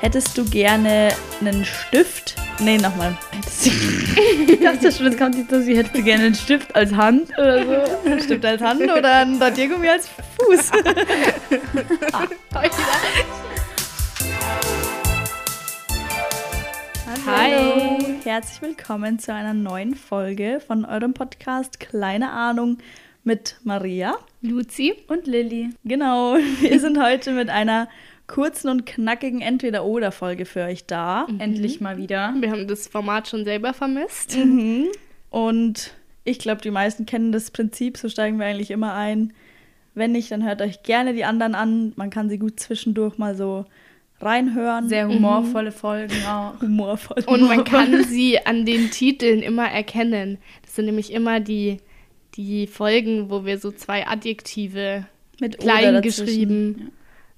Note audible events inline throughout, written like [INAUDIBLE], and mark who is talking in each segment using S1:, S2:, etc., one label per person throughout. S1: Hättest du gerne einen Stift? Nee, nochmal. Hättest du,
S2: Ich dachte schon, es kommt nicht so, sie hätte gerne einen Stift als Hand oder so.
S1: einen Stift als Hand oder ein Radiergummi als [LAUGHS] Fuß?
S2: Hallo.
S1: Hallo. Herzlich willkommen zu einer neuen Folge von eurem Podcast Kleine Ahnung mit Maria.
S2: Luzi und Lilly.
S1: Genau, [LAUGHS]
S2: Mhm.
S1: wir sind heute mit einer kurzen und knackigen Entweder-Oder-Folge für euch da.
S2: Mhm.
S1: Endlich mal wieder.
S3: Wir haben das Format schon selber vermisst.
S1: Mhm. Und ich glaube, die meisten kennen das Prinzip, so steigen wir eigentlich immer ein. Wenn nicht, dann hört euch gerne die anderen an. Man kann sie gut zwischendurch mal so reinhören. Mhm.
S2: Sehr humorvolle Folgen
S1: [LAUGHS]
S2: auch.
S1: humorvoll.
S3: Und man kann sie an den Titeln immer erkennen. Das sind nämlich immer die, die Folgen, wo wir so zwei Adjektive
S1: [LAUGHS] mit
S3: klein
S1: oder dazwischen.
S3: geschrieben.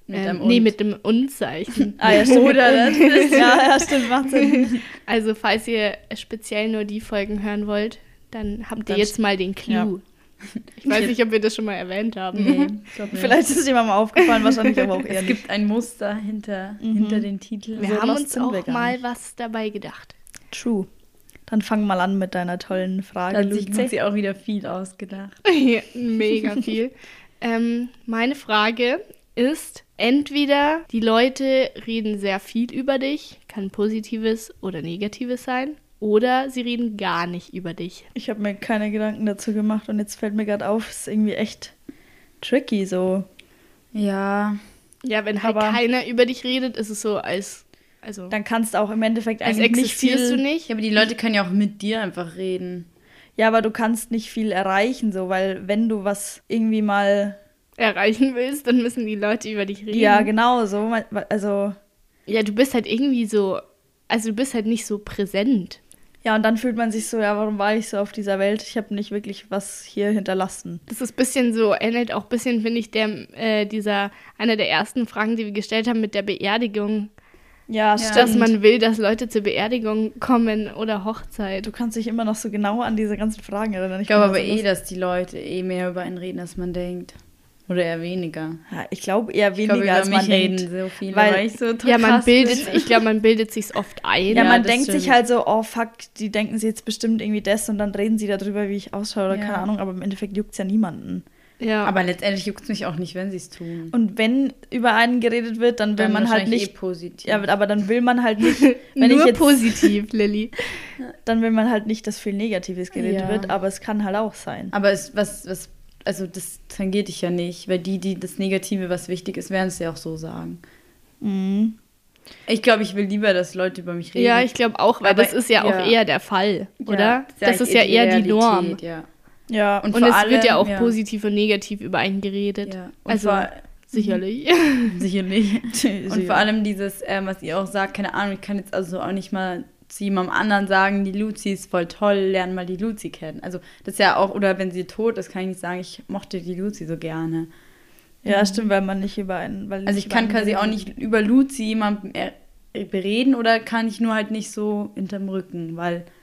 S2: Mit
S3: ähm,
S2: einem
S3: nee,
S2: Und.
S3: mit dem Und-Zeichen.
S1: [LAUGHS] Ah, ja,
S3: [LAUGHS]
S1: stimmt.
S2: Oder
S1: [LAUGHS] ja, ja, stimmt, macht Sinn.
S3: also, falls ihr speziell nur die Folgen hören wollt, dann habt ihr
S1: Dann
S3: jetzt mal den Clou. Ich weiß nicht, ob wir das schon mal erwähnt haben.
S2: [LAUGHS] Nee, glaub nicht.
S1: Mhm. Vielleicht ist es jemandem aufgefallen, wahrscheinlich aber auch eher nicht.
S2: Es
S1: Mhm.
S2: gibt ein Muster hinter, hinter den Titeln.
S3: Wir
S1: So
S3: haben
S1: lost
S3: uns
S1: sind wir
S3: auch
S1: gar
S3: mal
S1: nicht.
S3: was dabei gedacht.
S1: True. Dann fang mal an mit deiner tollen Frage,
S2: Da hat sich
S1: Luzi.
S2: Luzi auch wieder viel ausgedacht.
S3: Ja, Mega viel. ähm, meine Frage ist, entweder die Leute reden sehr viel über dich, kann positives oder negatives sein, oder sie reden gar nicht über dich.
S1: Ich habe mir keine Gedanken dazu gemacht und jetzt fällt mir gerade auf, es ist irgendwie echt tricky so.
S2: Ja,
S3: Ja, wenn halt
S1: Aber-
S3: keiner über dich redet, ist es so als, also,
S1: Dann kannst du auch im Endeffekt
S3: als
S1: eigentlich nicht viel...
S3: existierst du nicht.
S2: ja, aber die Leute können ja auch mit dir einfach reden.
S1: Ja, aber du kannst nicht viel erreichen, so, weil wenn du was irgendwie mal.
S3: Erreichen willst, dann müssen die Leute über dich reden.
S1: Ja, genau, so. man- Also,
S3: ja, du bist halt irgendwie so, also du bist halt nicht so präsent.
S1: ja, und dann fühlt man sich so, ja, warum war ich so auf dieser Welt? Ich habe nicht wirklich was hier hinterlassen.
S3: Das ist ein bisschen so, ähnelt auch ein bisschen, finde ich, der, äh, dieser, einer der ersten Fragen, die wir gestellt haben mit der Beerdigung.
S1: Ja,
S2: Ja.
S1: stimmt.
S3: dass man will, dass Leute zur Beerdigung kommen oder Hochzeit.
S1: du kannst dich immer noch so genau an diese ganzen Fragen erinnern.
S2: Ich glaube
S1: bin
S2: aber
S1: da so
S2: eh,
S1: los-
S2: dass die Leute eh mehr über einen reden, als man denkt. Oder eher weniger.
S1: Ja, ich glaube eher
S2: Ich
S1: weniger,
S2: glaube, über
S1: als man
S2: mich reden
S1: denkt.
S2: so viele,
S1: weil-
S2: weil, ich so
S3: Ja, man
S2: sarkastisch
S3: bildet,
S2: bin.
S3: ich glaube, man bildet sich oft ein.
S1: Ja,
S2: Ja,
S1: man
S2: das
S1: denkt sich
S2: stimmt.
S1: halt so, oh fuck, die denken sie jetzt bestimmt irgendwie das und dann reden sie darüber, wie ich ausschaue oder
S2: Ja.
S1: keine Ahnung, aber im Endeffekt juckt es ja niemanden.
S3: Ja.
S2: Aber letztendlich juckt es mich auch nicht, wenn sie es tun.
S1: Und wenn über einen geredet wird, dann will
S2: Dann
S1: man halt
S2: wahrscheinlich
S1: nicht
S2: eh positiv.
S1: Ja, aber dann will man halt
S3: [LAUGHS]
S1: nicht, wenn ich
S3: Nur
S1: jetzt, [LAUGHS]
S3: positiv, Lilly.
S1: dann will man halt nicht, dass viel Negatives geredet
S2: Ja.
S1: wird, aber es kann halt auch sein.
S2: Aber es, was, was, also das tangiert dich ja nicht, weil die, die das Negative, was wichtig ist, werden es ja auch so sagen.
S1: Mhm.
S2: Ich glaube, ich will lieber, dass Leute über mich reden.
S3: Ja, ich glaube auch, weil
S2: Aber-
S3: das ist ja, auch
S2: ja.
S3: eher der Fall,
S2: Ja,
S3: oder? das ist ja
S2: eigentlich
S3: eher die
S2: Realität,
S3: Norm.
S2: Ja.
S1: Ja, und [LAUGHS]
S3: Und
S2: vor
S3: es wird ja
S2: allem,
S3: auch positiv und negativ über einen geredet.
S2: Ja. Und
S3: Also,
S2: vor- [LAUGHS]
S3: sicherlich. [LAUGHS]
S2: Sicherlich. Und vor
S1: allem
S2: allem dieses, ähm, was ihr auch sagt, keine Ahnung, ich kann jetzt also auch nicht mal zu jemandem anderen sagen, die Luzi ist voll toll, lern mal die Luzi kennen. Also das ist ja auch, oder wenn sie tot ist, kann ich nicht sagen, ich mochte die Luzi so gerne.
S1: ja, stimmt, weil man nicht über einen, weil
S2: Also
S1: nicht
S2: ich
S1: über
S2: kann
S1: einen
S2: quasi auch
S1: geredet
S2: nicht über Luzi jemanden er- bereden oder kann ich nur halt nicht so hinterm Rücken, weil
S1: wird.
S3: [LAUGHS]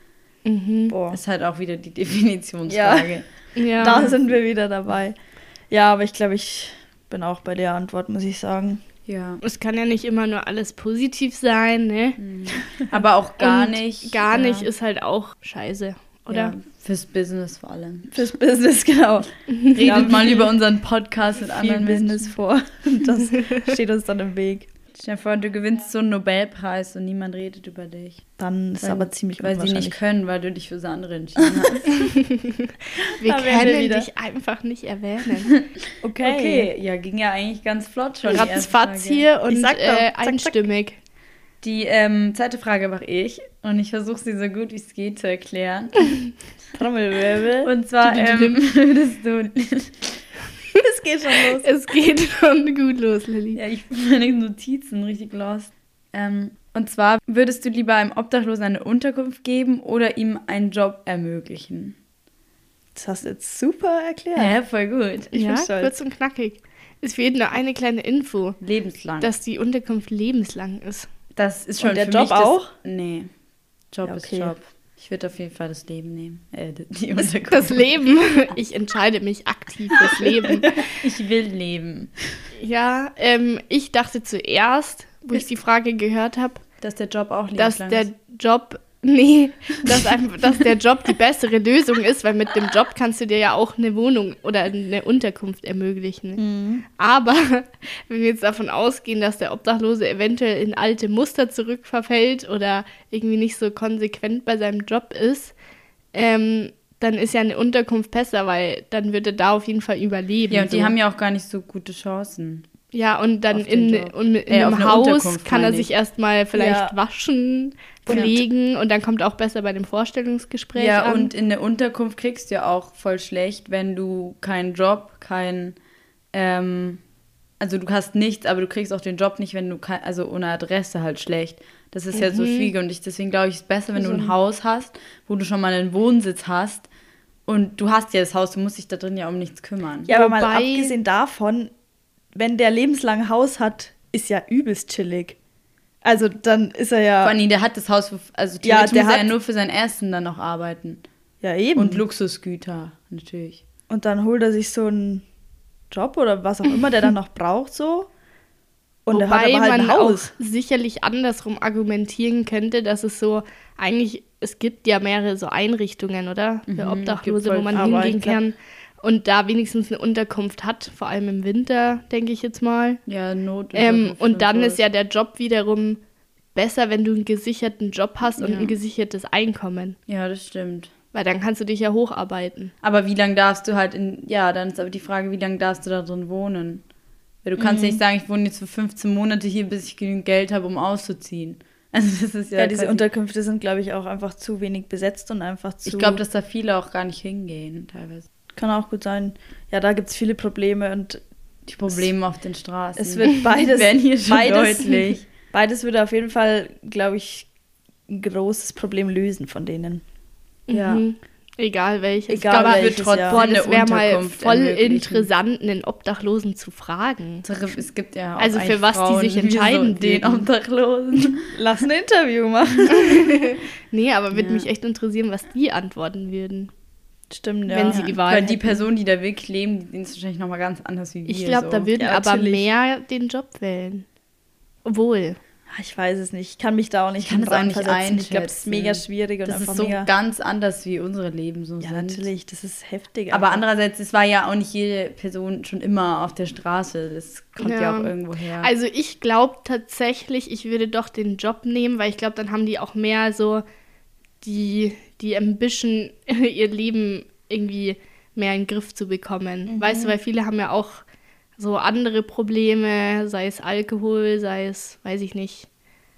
S3: Mhm.
S1: Boah.
S2: ist halt auch wieder die [LAUGHS] Definitionsfrage.
S3: Ja.
S1: Da sind wir wieder dabei. Ja, aber ich glaube, ich bin auch bei der Antwort, muss ich sagen.
S2: Ja.
S3: es kann ja nicht immer nur alles positiv sein, ne?
S2: Aber auch gar
S3: Und
S2: nicht.
S3: Gar nicht
S2: ja.
S3: ist halt auch scheiße, oder?
S2: Ja, fürs Business
S3: [LAUGHS]
S2: vor allem.
S1: Fürs Business, genau.
S2: Redet
S1: Ja,
S2: mal
S1: viel-
S2: über unseren Podcast mit
S1: Viel
S2: anderen Menschen.
S1: Business vor. [LAUGHS] Das steht uns dann im Weg.
S2: Stell dir vor, du gewinnst so einen Nobelpreis und niemand redet über dich.
S1: Dann ist
S2: Weil-
S1: aber ziemlich
S2: Weil sie nicht
S1: unwahrscheinlich.
S2: können, weil du dich für so
S1: [LAUGHS]
S2: andere entschieden hast.
S3: Wir
S1: Da wären wir
S3: können
S1: wieder.
S3: dich einfach nicht erwähnen.
S1: okay.
S2: Okay, ja, ging ja eigentlich ganz flott schon. die erste
S3: Ratzfatz
S2: Frage.
S3: hier und
S1: Ich sag doch,
S3: äh,
S1: zack, zack.
S3: einstimmig.
S2: Die ähm, zweite Frage mache ich und ich versuche sie so gut wie es geht
S1: [LAUGHS]
S2: zu erklären. [LAUGHS]
S1: Trommelwirbel.
S2: Und zwar ähm, würdest du. [LAUGHS]
S1: Es geht schon los.
S3: Es geht schon gut los, Lilly.
S2: ja, ich bin meine Notizen richtig lost. Ähm, und zwar würdest du lieber einem Obdachlosen eine Unterkunft geben oder ihm einen Job ermöglichen?
S1: Das hast du jetzt super erklärt.
S2: Ja, voll gut.
S1: Ich bin
S3: ja,
S1: stolz.
S3: kurz und knackig. Es fehlt nur eine kleine Info,
S2: Lebenslang.
S3: dass die Unterkunft lebenslang ist.
S2: Das ist schon
S1: Und der
S2: für
S1: Job
S2: mich das,
S1: auch?
S2: Nee. Job
S1: Ja, okay.
S2: ist Job. Ich würde auf jeden Fall das Leben nehmen. Äh, [LAUGHS] die
S3: [LAUGHS]
S2: Unterkunft.
S3: Das Leben. Ich entscheide mich aktiv fürs Leben.
S2: ich will leben.
S3: Ja, ähm, ich dachte zuerst, wo ich die Frage gehört habe,
S2: Dass der Job auch
S3: dass
S2: lebenslang
S3: der
S2: ist.
S3: Job, [LAUGHS] nee, dass, einfach, dass der Job die bessere Lösung ist, weil mit dem Job kannst du dir ja auch eine Wohnung oder eine Unterkunft ermöglichen.
S2: Mhm.
S3: Aber [LAUGHS] wenn wir jetzt davon ausgehen, dass der Obdachlose eventuell in alte Muster zurückverfällt oder irgendwie nicht so konsequent bei seinem Job ist, ähm, dann ist ja eine Unterkunft besser, weil dann würde da auf jeden Fall überleben.
S2: Ja, und die
S3: so.
S2: haben ja auch gar nicht so gute Chancen.
S3: Ja, und dann
S2: Auf den
S3: in,
S2: Job.
S3: und in
S2: Äh, auf
S3: einem
S2: eine
S3: Haus
S2: Unterkunft,
S3: kann er
S2: meine ich.
S3: sich erstmal vielleicht
S1: Ja.
S3: waschen,
S1: Und-
S3: pflegen und dann kommt er auch besser bei dem Vorstellungsgespräch
S2: ja,
S3: an.
S2: und in der Unterkunft kriegst du ja auch voll schlecht, wenn du keinen Job, kein, ähm, also du hast nichts, aber du kriegst auch den Job nicht, wenn du kein, also ohne Adresse halt schlecht. Das ist ja so schwierig und ich, deswegen glaube ich, es ist besser, wenn du ein Haus hast, wo du schon mal einen Wohnsitz hast und du hast ja das Haus, du musst dich da drin ja um nichts kümmern.
S1: Ja, aber mal
S3: Wobei-
S1: abgesehen davon, wenn der lebenslang Haus hat, ist ja übelst chillig. Also dann ist er
S2: Vor
S1: ja.
S2: allem, der hat das Haus, für, also
S1: Ja,
S2: theoretisch
S1: der
S2: muss er ja
S1: hat-
S2: nur für sein Essen dann noch arbeiten.
S1: Ja, eben.
S2: Und
S1: Und,
S2: Luxusgüter, natürlich.
S1: dann holt er sich so einen Job oder was auch immer, der dann noch braucht, so. Und er hat
S3: Wobei
S1: aber halt ein
S3: man auch
S1: Haus.
S3: sicherlich andersrum argumentieren könnte, dass es so eigentlich, es gibt ja mehrere so Einrichtungen, oder? Für
S1: Mhm,
S2: gibt
S3: Obdachlose,
S2: voll-
S3: wo man
S1: aber
S3: hingehen
S1: ich glaub-
S3: kann und da wenigstens eine Unterkunft hat, vor allem im Winter, denke ich jetzt mal.
S2: Ja, Not.
S3: Ähm, und dann ist ja der Job wiederum besser, wenn du einen gesicherten Job hast und
S2: Ja.
S3: ein gesichertes Einkommen.
S2: Ja, das stimmt.
S3: Weil dann kannst du dich ja hocharbeiten.
S2: Aber wie lange darfst du halt in. Ja, dann ist aber die Frage, wie lange darfst du da drin wohnen? Weil du kannst
S3: Mhm.
S2: ja nicht sagen, ich wohne jetzt für 15 Monate hier, bis ich genügend Geld habe, um auszuziehen. [LAUGHS] Also, das ist ja.
S1: Ja, diese
S2: quasi-
S1: Unterkünfte sind, glaube ich, auch einfach zu wenig besetzt und einfach zu.
S2: ich glaube, dass da viele auch gar nicht hingehen, teilweise.
S1: kann auch gut sein. Ja, da gibt es viele Probleme und
S2: Die Probleme auf den Straßen.
S1: es wird beides.
S2: [LAUGHS] Werden hier schon
S1: beides,
S2: deutlich.
S1: beides würde auf jeden Fall, glaube ich, ein großes Problem lösen von
S2: [LAUGHS]
S1: denen.
S2: Ja.
S3: Mhm. Egal welches.
S1: Egal
S3: Aber
S2: aber wird
S1: welches,
S2: trotzdem
S1: ja.
S3: Boah,
S2: eine
S3: das wäre mal
S2: Unterkunft
S3: voll
S2: ermöglichen.
S3: interessant, einen Obdachlosen zu fragen.
S2: Es gibt ja auch
S3: Also für
S2: eigentlich
S3: was die
S2: Frauen,
S3: sich
S2: wie
S3: entscheiden
S2: so den
S3: würden.
S2: Obdachlosen.
S1: Lass ein Interview machen.
S3: Nee, aber würde
S2: Ja.
S3: mich echt interessieren, was die antworten würden.
S1: Stimmt, ja.
S3: Wenn sie die Wahl
S2: Weil die
S3: hätten.
S2: Personen, die da wirklich leben, die ist wahrscheinlich nochmal ganz anders wie wir.
S3: Ich glaube,
S2: so.
S3: da würden
S1: Ja,
S3: aber
S1: natürlich.
S3: mehr den Job wählen. Obwohl.
S1: Ah, Ich weiß es nicht. Ich kann mich da auch nicht
S2: Ich kann
S1: drin
S2: das auch nicht
S1: reinversetzen.
S2: einschätzen.
S1: Ich glaube, es ist mega schwierig und
S2: Das
S1: einfach
S2: ist so
S1: mega.
S2: ganz anders, wie unsere Leben so
S1: ja,
S2: sind.
S1: natürlich, das ist heftig.
S2: Aber
S1: einfach.
S2: andererseits, es war ja auch nicht jede Person schon immer auf der Straße. Das kommt ja,
S3: Ja.
S2: auch irgendwo her.
S3: Also ich glaube tatsächlich, ich würde doch den Job nehmen, weil ich glaube, dann haben die auch mehr so die, die Ambition, [LAUGHS] ihr Leben irgendwie mehr in den Griff zu bekommen.
S2: Mhm.
S3: Weißt du, weil viele haben ja auch so andere Probleme, sei es Alkohol, sei es, weiß ich nicht,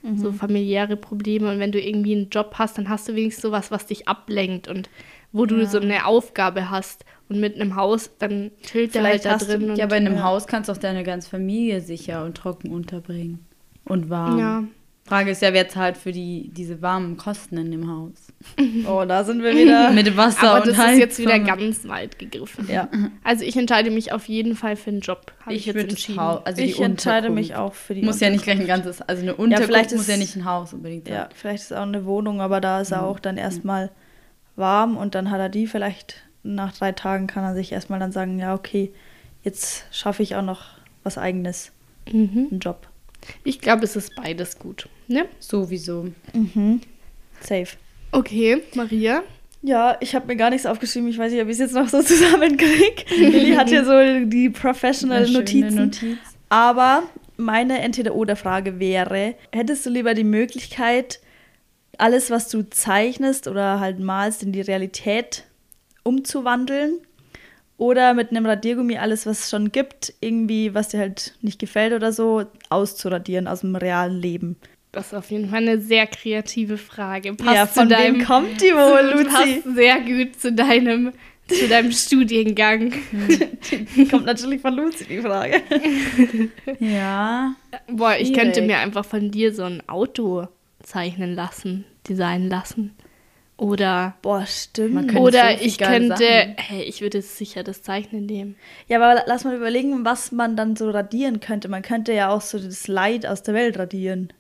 S2: Mhm.
S3: so familiäre Probleme. Und wenn du irgendwie einen Job hast, dann hast du wenigstens sowas, was dich ablenkt und wo du so eine Aufgabe hast. Und mit einem Haus, dann chillt der halt
S2: vielleicht
S3: da
S2: hast
S3: drin.
S2: du,
S3: und,
S2: ja, bei einem
S1: ja.
S2: Haus kannst du auch deine ganze Familie sicher und trocken unterbringen. Und warm.
S3: Ja.
S2: Frage ist ja, wer zahlt für die, diese warmen Kosten in dem Haus?
S1: Oh, da sind wir wieder.
S2: [LAUGHS] Mit Wasser
S3: Aber
S2: und halt
S3: das ist jetzt wieder
S2: Heizung.
S3: ganz weit gegriffen.
S1: ja.
S3: Also ich entscheide mich auf jeden Fall für einen Job. Habe ich,
S2: Ich
S3: jetzt
S2: würde das
S3: entschieden.
S2: Haus, also die
S1: ich entscheide
S2: Unterkunft.
S1: mich auch für die.
S2: Muss ja nicht gleich ein ganzes, also eine
S1: vielleicht
S2: Unterkunft muss
S1: ist-
S2: ja nicht ein Haus unbedingt sein. Mhm.
S1: Ja, vielleicht ist es auch eine Wohnung, aber da ist er auch dann erstmal warm und dann hat er die vielleicht nach drei Tagen kann er sich erstmal dann sagen, ja, okay, jetzt schaffe ich auch noch was eigenes,
S3: Mhm.
S1: einen Job.
S3: Ich glaube, es ist beides gut. Ne?
S2: Sowieso. Mhm.
S1: Safe.
S3: Okay, Maria.
S1: Ja, ich habe mir gar nichts aufgeschrieben. Ich weiß nicht, ob ich es jetzt noch so [LAUGHS] zusammenkriege.
S2: [LAUGHS]
S1: Lilly hat hier so die professional
S2: Eine schöne
S1: Notizen.
S2: Notiz.
S1: Aber meine Entweder-Oder-Frage wäre: Hättest du lieber die Möglichkeit, alles, was du zeichnest oder halt malst, in die Realität umzuwandeln? Oder mit einem Radiergummi alles, was es schon gibt, irgendwie, was dir halt nicht gefällt oder so, auszuradieren aus dem realen Leben?
S3: Das ist auf jeden Fall eine sehr kreative Frage. Passt
S1: ja, von
S3: zu deinem,
S1: wem [LAUGHS] kommt die wohl, Luzi?
S3: [LAUGHS] Passt sehr gut zu deinem, zu deinem Studiengang.
S1: Kommt natürlich von Luzi die
S3: [LAUGHS]
S1: Frage.
S2: Ja.
S3: Boah, ich könnte
S2: Schwierig.
S3: mir einfach von dir so ein Auto zeichnen lassen, designen lassen. Oder,
S1: Boah, stimmt.
S2: Man könnte so
S3: oder
S2: viel
S3: ich
S2: geile
S3: könnte,
S2: Sachen.
S3: hey, ich würde sicher das Zeichnen nehmen.
S1: Ja, aber lass mal überlegen, was man dann so radieren könnte. Man könnte ja auch so das Leid aus der Welt radieren.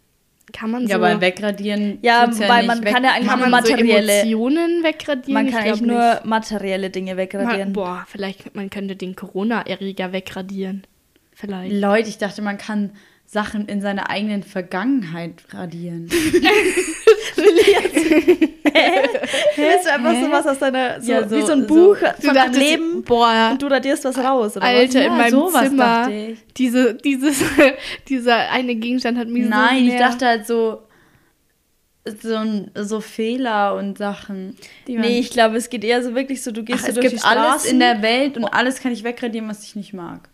S3: Kann man
S2: Ja,
S3: so
S2: aber wegradieren.
S1: Ja,
S2: tut's
S1: weil man
S2: nicht
S1: kann ja eigentlich
S3: Kann
S1: nur
S3: man
S1: materielle-
S3: so Emotionen wegradieren?
S1: Man
S3: Ich
S1: kann
S3: glaub
S1: eigentlich nur
S3: nicht.
S1: materielle Dinge wegradieren.
S3: Man, boah, vielleicht man könnte den Corona-Erreger wegradieren. Vielleicht.
S2: Leute, ich dachte, man kann Sachen in seiner eigenen Vergangenheit radieren.
S1: Willst du einfach sowas aus deiner, so,
S2: Ja, so-
S1: wie so ein
S2: so-
S1: Buch
S3: Du
S1: von deinem
S3: dachtest,
S1: Leben
S3: Boah.
S1: und du radierst was raus, oder
S3: Alter,
S2: Ja,
S3: in meinem
S2: sowas
S3: Zimmer.
S2: dachte ich.
S3: Diese, dieses, [LAUGHS] dieser eine Gegenstand hat mich so
S2: Nein, ich
S3: genervt.
S2: dachte halt so, so, ein- so Fehler und Sachen. Die
S1: was?
S2: man-
S1: Nee, ich glaube, es geht eher so wirklich so, du gehst
S2: Ach,
S1: so
S2: es
S1: durch
S2: gibt
S1: die
S2: alles
S1: Straßen.
S2: in der Welt und alles kann ich wegradieren, was ich nicht mag.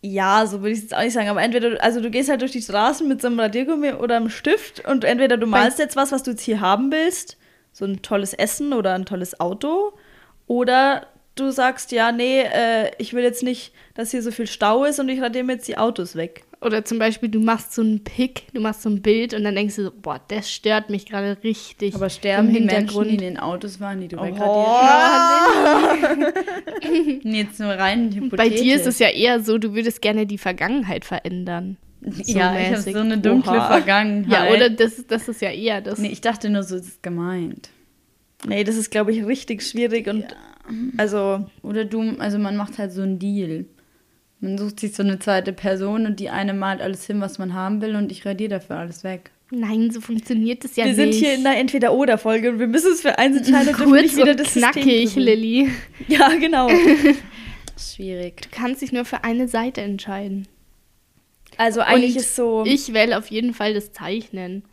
S1: Ja, so würde ich es jetzt auch nicht sagen. Aber entweder, du- also du gehst halt durch die Straßen mit so einem Radiergummi oder einem Stift und entweder du malst jetzt was, was du jetzt hier haben willst, so ein tolles Essen oder ein tolles Auto, oder du sagst, ja, nee, äh, ich will jetzt nicht, dass hier so viel Stau ist und ich radiere mir jetzt die Autos weg.
S3: Oder zum Beispiel, du machst so einen Pick, du machst so ein Bild und dann denkst du so, boah, das stört mich gerade richtig.
S2: Aber sterben
S3: im
S2: die Menschen,
S3: Hintergrund.
S2: die in den Autos waren, die du wegradierst?
S1: Oh,
S2: [LAUGHS] Nee, jetzt nur rein hypothetisch.
S3: Bei dir ist es ja eher so, du würdest gerne die Vergangenheit verändern. so
S2: ja, ich habe
S3: mäßig.
S2: so eine dunkle
S1: Oha.
S3: Ja,
S2: Vergangenheit.
S3: oder das, das ist ja eher das.
S2: Nee, ich dachte nur, so ist es gemeint.
S1: nee, das ist, glaube ich, richtig schwierig und also
S2: Oder du, also man macht halt so einen Deal. Man sucht sich so eine zweite Person und die eine malt alles hin, was man haben will und ich radiere dafür alles weg.
S3: Nein, so funktioniert das ja
S1: wir
S3: nicht.
S1: sind hier in einer Entweder-Oder-Folge und wir müssen es für eins
S3: [LAUGHS]
S1: entscheiden und dürfen
S3: kurz
S1: nicht wieder
S3: und
S1: das
S3: knackig,
S1: System berühren.
S3: Lilly.
S1: Ja,
S3: [LAUGHS]
S1: genau.
S2: Schwierig.
S3: Du kannst dich nur für eine Seite entscheiden.
S1: Also eigentlich
S3: und
S1: ist so...
S3: Ich wähle auf jeden Fall das Zeichnen.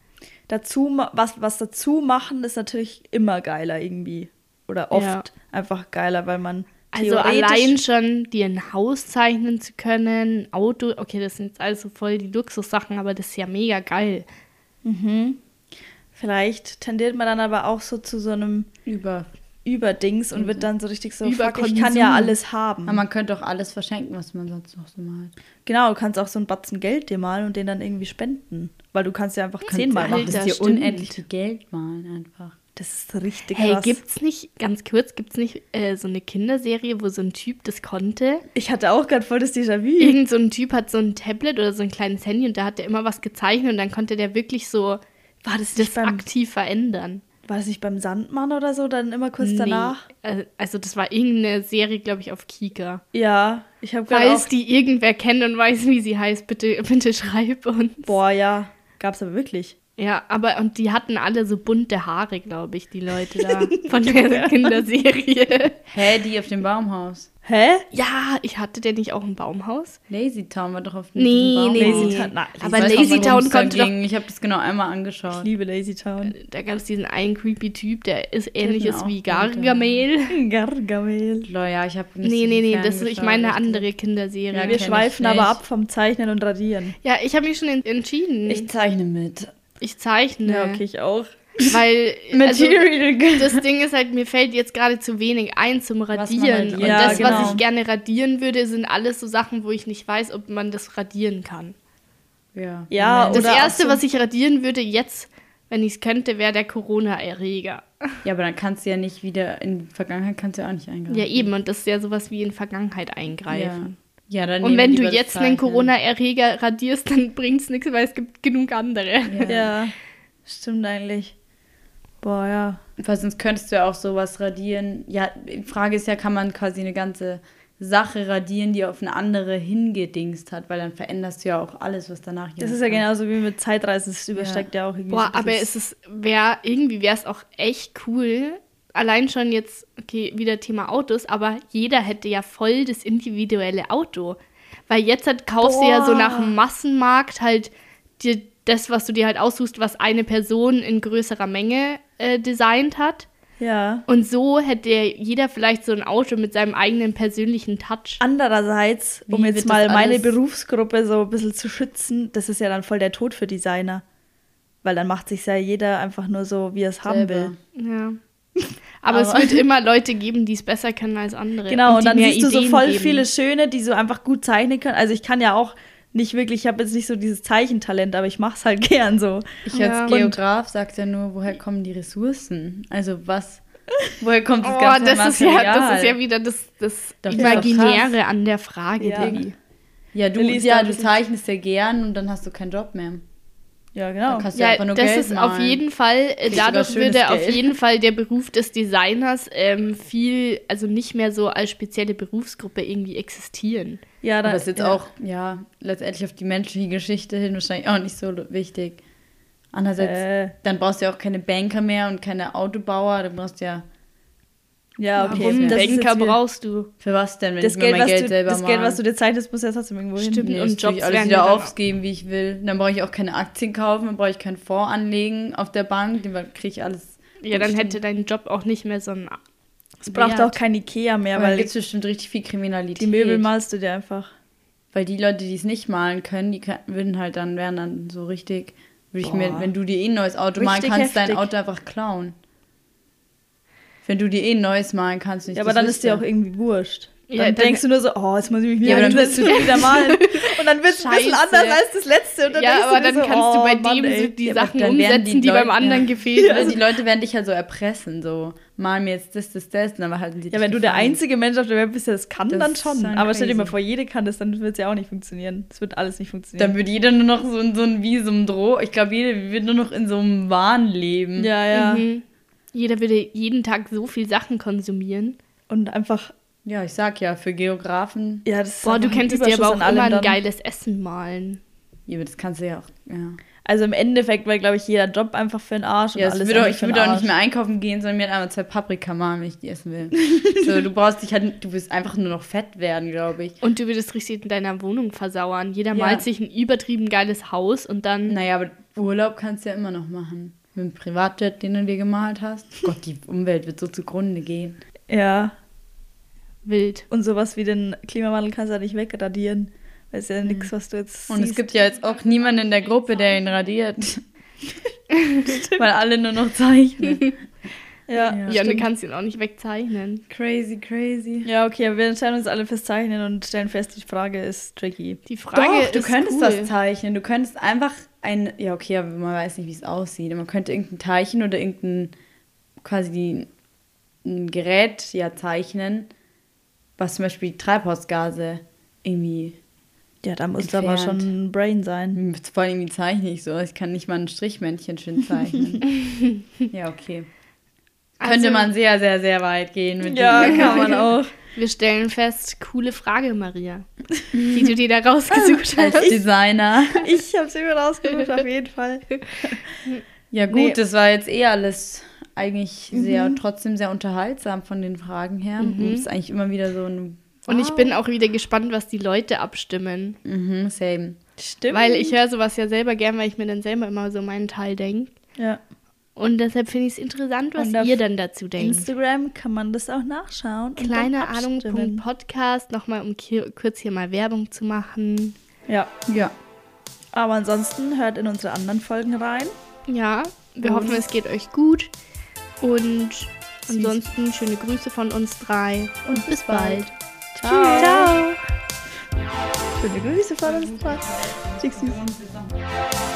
S1: dazu, ma- was, was dazu machen, ist natürlich immer geiler irgendwie. Oder oft
S3: Ja.
S1: einfach geiler, weil man
S3: Also
S1: theoretisch-
S3: allein schon dir ein Haus zeichnen zu können, ein Auto, okay, das sind jetzt alles so voll die Luxussachen, aber das ist ja mega geil.
S1: Vielleicht tendiert man dann aber auch so zu so einem
S2: Über.
S1: Überdings und
S3: Mhm.
S1: wird dann so richtig so,
S3: Über
S1: fuck, ich kann ja
S3: Konsum.
S1: alles haben.
S3: Mhm.
S2: Aber man könnte auch alles verschenken, was man sonst noch so malt.
S1: genau, du kannst auch so einen Batzen Geld dir malen und den dann irgendwie spenden. Weil du kannst ja einfach zehnmal
S3: Alter,
S1: machen.
S2: Das dir
S3: stimmt.
S2: unendlich viel Geld malen einfach.
S1: Das ist richtig
S3: Hey,
S1: krass.
S3: gibt's nicht, ganz kurz, gibt's nicht äh, so eine Kinderserie, wo so ein Typ das konnte?
S1: ich hatte auch gerade voll das Déjà-vu.
S3: Irgend so ein Typ hat so ein Tablet oder so ein kleines Handy und da hat der immer was gezeichnet und dann konnte der wirklich so
S1: War das nicht
S3: das
S1: beim,
S3: aktiv verändern.
S1: war das nicht beim Sandmann oder so, dann immer kurz danach?
S3: Nee. Äh, Also das war irgendeine Serie, glaube ich, auf Kika.
S1: Ja, ich habe gerade
S3: Falls
S1: auch...
S3: die irgendwer kennt und weiß, wie sie heißt, bitte, [LAUGHS] bitte schreib uns.
S1: Boah, ja, gab's aber wirklich.
S3: Ja, aber und die hatten alle so bunte Haare, glaube ich, die Leute da von der Kinderserie.
S2: Hä, die auf dem Baumhaus.
S1: Hä?
S3: Ja, ich hatte der nicht auch ein Baumhaus?
S2: Lazy Town war doch auf dem
S3: Nee,
S2: diesem
S3: nee.
S2: Baumhaus.
S1: Lazy Town- na,
S3: aber
S2: Ich weiß nicht,
S3: Lazy
S2: worum
S3: Town
S2: es da
S3: konnte doch.
S2: ging. Ich habe das genau einmal angeschaut.
S1: Ich liebe Lazy Town.
S3: Da gab es diesen einen creepy Typ, der ist
S2: hatten
S3: ähnliches
S2: auch
S3: wie
S2: bunte Haare.
S3: Gargamel.
S1: Gargamel.
S2: Lol, ja, ich habe
S3: [LAUGHS]
S2: nicht
S3: Nee,
S2: so
S3: nee, nee,
S2: fern
S3: das, ich
S2: geschaut,
S3: meine eine
S2: ehrlich
S3: andere Kinderserie.
S2: Ja,
S1: Wir
S2: kenn ich
S1: schweifen aber
S2: nicht.
S1: ab vom Zeichnen und Radieren.
S3: Ja, ich habe mich schon en- entschieden.
S2: gesagt.
S3: Ich,
S2: Ich zeichne mit.
S3: zeichne.
S1: Ja, okay, ich auch.
S3: Weil also,
S1: Material
S3: [LAUGHS]
S1: Girl.
S3: das Ding ist halt, mir fällt jetzt gerade zu wenig ein zum Radieren.
S2: halt-
S3: und
S1: Ja,
S3: das,
S1: genau.
S3: was ich gerne radieren würde, sind alles so Sachen, wo ich nicht weiß, ob man das radieren kann.
S2: Ja.
S1: Ja,
S3: Das
S1: Oder auch
S3: erste,
S1: so-
S3: was ich radieren würde jetzt, wenn ich es könnte, wäre der Corona-Erreger.
S2: ja, aber dann kannst du ja nicht wieder in die Vergangenheit kannst du ja auch nicht eingreifen.
S3: Ja, eben. Und das ist ja sowas wie in Vergangenheit eingreifen.
S2: Ja, ja dann
S3: Und
S2: nehmen
S3: wenn
S2: wir
S3: du
S2: lieber das
S3: jetzt einen
S2: Zeichnen.
S3: Corona-Erreger radierst, dann bringt es nichts, weil es gibt genug andere.
S2: Ja.
S1: Ja, stimmt eigentlich. Boah, ja.
S2: Weil sonst könntest du ja auch sowas radieren. Ja, die Frage ist ja, kann man quasi eine ganze Sache radieren, die auf eine andere hingedingst hat, weil dann veränderst du ja auch alles, was danach
S1: Das
S2: jemand
S1: ist ja
S3: genau
S2: macht.
S1: genauso wie mit Zeitreisen. Das übersteigt ja, auch irgendwie. so
S3: Boah,
S1: ein
S3: aber
S1: bisschen-
S3: es ist, wär, irgendwie wäre es auch echt cool. Allein schon jetzt, okay, wieder Thema Autos, aber jeder hätte ja voll das individuelle Auto. Weil jetzt halt kaufst du ja so
S1: Boah.
S3: nach dem Massenmarkt halt dir das, was du dir halt aussuchst, was eine Person in größerer Menge äh, designt hat.
S1: Ja.
S3: Und so hätte jeder vielleicht so ein Auto mit seinem eigenen persönlichen Touch.
S1: Ah. Andererseits, um
S2: Wie
S1: jetzt
S2: wird
S1: mal
S2: das
S1: meine
S2: alles-
S1: Berufsgruppe so ein bisschen zu schützen, das ist ja dann voll der Tod für Designer. Weil dann macht sich ja jeder einfach nur so, wie er es haben
S2: Selber.
S1: will.
S3: Ja. [LAUGHS] Aber, es
S2: Aber-
S3: wird immer Leute geben, die es besser können als andere.
S1: Genau, und,
S3: die
S1: dann
S3: mehr
S1: siehst du so
S3: Ideen
S1: voll
S3: geben.
S1: viele schöne, die so einfach gut zeichnen können. Also ich kann ja auch nicht wirklich, ich habe jetzt nicht so dieses Zeichentalent, aber ich mache es halt [LAUGHS] gern so.
S2: Ich
S3: Ja.
S2: als
S3: Und-
S2: Geograf sagt ja nur, woher kommen die Ressourcen? Also was, woher kommt das
S3: Oh,
S2: ganze
S3: das ist, ja,
S2: Material?
S3: das ist ja wieder das, das
S2: Das ist doch
S3: Imaginäre an der Frage,
S1: Ja.
S3: Diggi.
S2: Ja, du,
S1: Lilly ist
S2: ja,
S1: da ein
S2: du
S1: bisschen-
S2: zeichnest ja gern und dann hast du keinen Job mehr. Ja, genau.
S3: Dann kannst du Oh. ja, einfach nur das Geld ist auf
S2: malen.
S3: jeden Fall, äh,
S2: Kriegst sogar
S3: dadurch
S2: schönes
S3: würde auf
S2: Geld.
S3: jeden Fall der Beruf des Designers ähm, viel, also nicht mehr so als spezielle Berufsgruppe irgendwie existieren.
S1: Ja, da,
S2: Aber ist jetzt
S1: ja.
S2: auch, ja, letztendlich auf die menschliche Geschichte hin wahrscheinlich auch nicht so wichtig. Andererseits,
S1: Äh.
S2: dann brauchst du ja auch keine Banker mehr und keine Autobauer. Du brauchst ja,
S1: Ja, okay.
S3: Warum
S1: das ist jetzt
S3: Banker
S1: wieder-
S3: brauchst du?
S2: für was denn, wenn
S1: das
S2: ich mir
S1: Geld,
S2: mein
S1: was
S2: Geld
S1: du,
S2: selber
S1: das Geld, was du
S2: mache?
S1: dir zeitest, musst du ja trotzdem irgendwo hin.
S3: Stimmt. und
S2: Nee, und Jobs
S3: Jobs
S2: ich alles
S3: werden
S2: wieder
S3: wieder-
S2: aufgeben, wie ich will. Dann brauche ich auch keine Aktien kaufen, dann brauche ich keinen Fonds anlegen auf der Bank, dann kriege ich alles.
S3: Ja, dann
S2: Stimmt.
S3: hätte dein Job auch nicht mehr so einen.
S1: Es braucht
S3: Wert.
S1: auch kein Ikea mehr,
S2: Aber dann
S1: weil
S2: gibt es bestimmt richtig viel Kriminalität.
S1: die Möbel malst du dir einfach.
S2: Weil die Leute, die es nicht malen können, die können, würden halt dann, wären dann so richtig, würde ich mir,
S1: Boah.
S2: wenn du dir eh ein neues Auto malen
S1: Richtig
S2: kannst, dein
S1: heftig.
S2: Auto einfach klauen. Wenn du dir eh ein neues malen kannst, nicht
S1: Ja, aber
S2: das
S1: dann ist dir auch eh-
S2: wüsste.
S1: irgendwie wurscht. Dann,
S3: Ja, dann-
S1: denkst du nur so, oh, jetzt muss ich mich wieder
S2: Ja, aber dann
S1: hinsetzen und wieder malen. Und dann wird es ein bisschen
S2: Scheiße.
S1: anders als das letzte. Und dann
S3: Ja,
S1: denkst
S3: aber
S1: du dir
S3: dann
S1: so,
S3: kannst du
S1: oh,
S3: bei
S1: Mann,
S3: dem so
S1: ey.
S3: die
S2: Ja, aber
S3: Sachen
S2: dann werden
S3: umsetzen, die,
S2: die
S3: beim
S2: Leute-
S3: anderen
S2: ja.
S1: [LAUGHS]
S3: gefehlt
S2: Also
S3: haben.
S2: die Leute werden dich ja so erpressen, so mal mir jetzt das, das, das, und dann halten die
S1: Ja,
S2: dich
S1: wenn du der
S2: gefangen.
S1: einzige Mensch auf der Welt bist, der das kann,
S2: Das
S1: dann
S2: ist
S1: schon.
S2: schon
S1: aber stell dir
S2: crazy.
S1: mal vor, jede kann das, dann wird es ja auch nicht funktionieren. Es wird alles nicht funktionieren.
S2: Dann würde jeder nur noch so in so ein wie so einem Droh. Ich glaube, jeder wird nur noch in so einem Wahn leben.
S1: ja, ja.
S3: Mhm. Jeder würde jeden Tag so viel Sachen konsumieren.
S1: Und einfach,
S2: ja, ich sag ja, für Geografen,
S1: ja, das ist
S3: Boah, du
S1: einfach ein
S3: könntest dir
S1: Überschuss
S3: aber
S1: an
S3: auch
S1: allem
S3: immer ein
S1: dann.
S3: geiles Essen malen.
S2: ja, das kannst du ja auch. Ja,
S1: Also im Endeffekt wäre, glaube ich, jeder Job einfach für den Arsch.
S2: ja
S1: und
S2: es
S1: alles
S2: würde auch,
S1: andere
S2: ich
S1: für den
S2: würde auch nicht
S1: Arsch.
S2: mehr einkaufen gehen, sondern mir hat einmal zwei Paprika malen, wenn ich die essen will.
S1: [LAUGHS]
S2: so, du brauchst dich halt, du wirst einfach nur noch fett werden, glaube ich.
S3: Und du würdest richtig in deiner Wohnung versauern. Jeder
S2: Ja.
S3: malt sich ein übertrieben geiles Haus und dann.
S2: Naja, aber Urlaub kannst du ja immer noch machen. Mit dem Privatjet, den du dir
S1: [LAUGHS]
S2: gemalt hast. Gott, die Umwelt wird so zugrunde gehen.
S1: Ja,
S3: Wild.
S1: und sowas wie den Klimawandel kannst du ja nicht wegradieren. Weil es ist ja nichts, was du jetzt
S2: Mhm. Und
S1: siehst. [LAUGHS]
S2: es gibt ja jetzt auch niemanden in der Gruppe, der ihn radiert. Weil alle nur noch [LAUGHS] zeichnen.
S1: ja.
S2: Ja.
S3: Ja, und du kannst ihn auch nicht wegzeichnen.
S2: Crazy, crazy.
S1: Ja, okay, aber wir entscheiden uns alle fürs Zeichnen und stellen fest, die Frage ist tricky.
S3: Die Frage
S2: Doch, du
S3: ist
S2: könntest
S3: cool. [LAUGHS]
S2: das zeichnen. Du könntest einfach ein, ja okay, aber man weiß nicht, wie es aussieht. Man könnte irgendein Teilchen oder irgendein quasi ein Gerät ja zeichnen, was zum Beispiel die Treibhausgase irgendwie
S1: Ja, da muss
S2: Entfernt.
S1: aber schon ein Brain sein.
S2: Vor allem, wie zeichne ich so? Ich kann nicht mal ein Strichmännchen schön zeichnen. ja, okay.
S3: Also,
S2: Könnte man sehr, sehr, sehr weit gehen mit
S1: Ja,
S2: diesem-
S1: kann man
S2: [LAUGHS]
S1: auch.
S3: genau. Wir stellen fest, coole
S1: [LAUGHS]
S3: Frage, Maria. die du dir da rausgesucht hast.
S2: als Designer.
S1: Ich habe es immer rausgesucht, auf jeden Fall.
S2: Ja, gut,
S1: Nee.
S2: das war jetzt eh alles eigentlich sehr, trotzdem sehr unterhaltsam von den Fragen her. Und es ist eigentlich immer wieder so ein.
S3: Und ich bin auch wieder gespannt, was die Leute abstimmen.
S2: Mhm, same.
S1: Stimmt.
S3: Weil ich höre sowas ja selber gern, weil ich mir dann selber immer so meinen Teil denke.
S1: ja.
S3: Und deshalb finde ich es interessant, was
S1: Und auf
S3: ihr dann dazu denkt.
S1: Instagram kann man das auch nachschauen. und
S3: Kleine
S1: dann
S3: Ahnung.
S1: abstimmen.
S3: Punkt Podcast, nochmal um ki- kurz hier mal Werbung zu machen.
S1: Ja.
S2: Ja.
S1: Aber ansonsten hört in unsere anderen Folgen rein.
S3: Ja, wir
S1: Und-
S3: hoffen, es geht euch gut. Und ansonsten schöne Grüße von uns drei. Und, bis bald.
S1: Ciao.
S3: Ciao.
S1: Schöne Grüße von uns. Schick süß.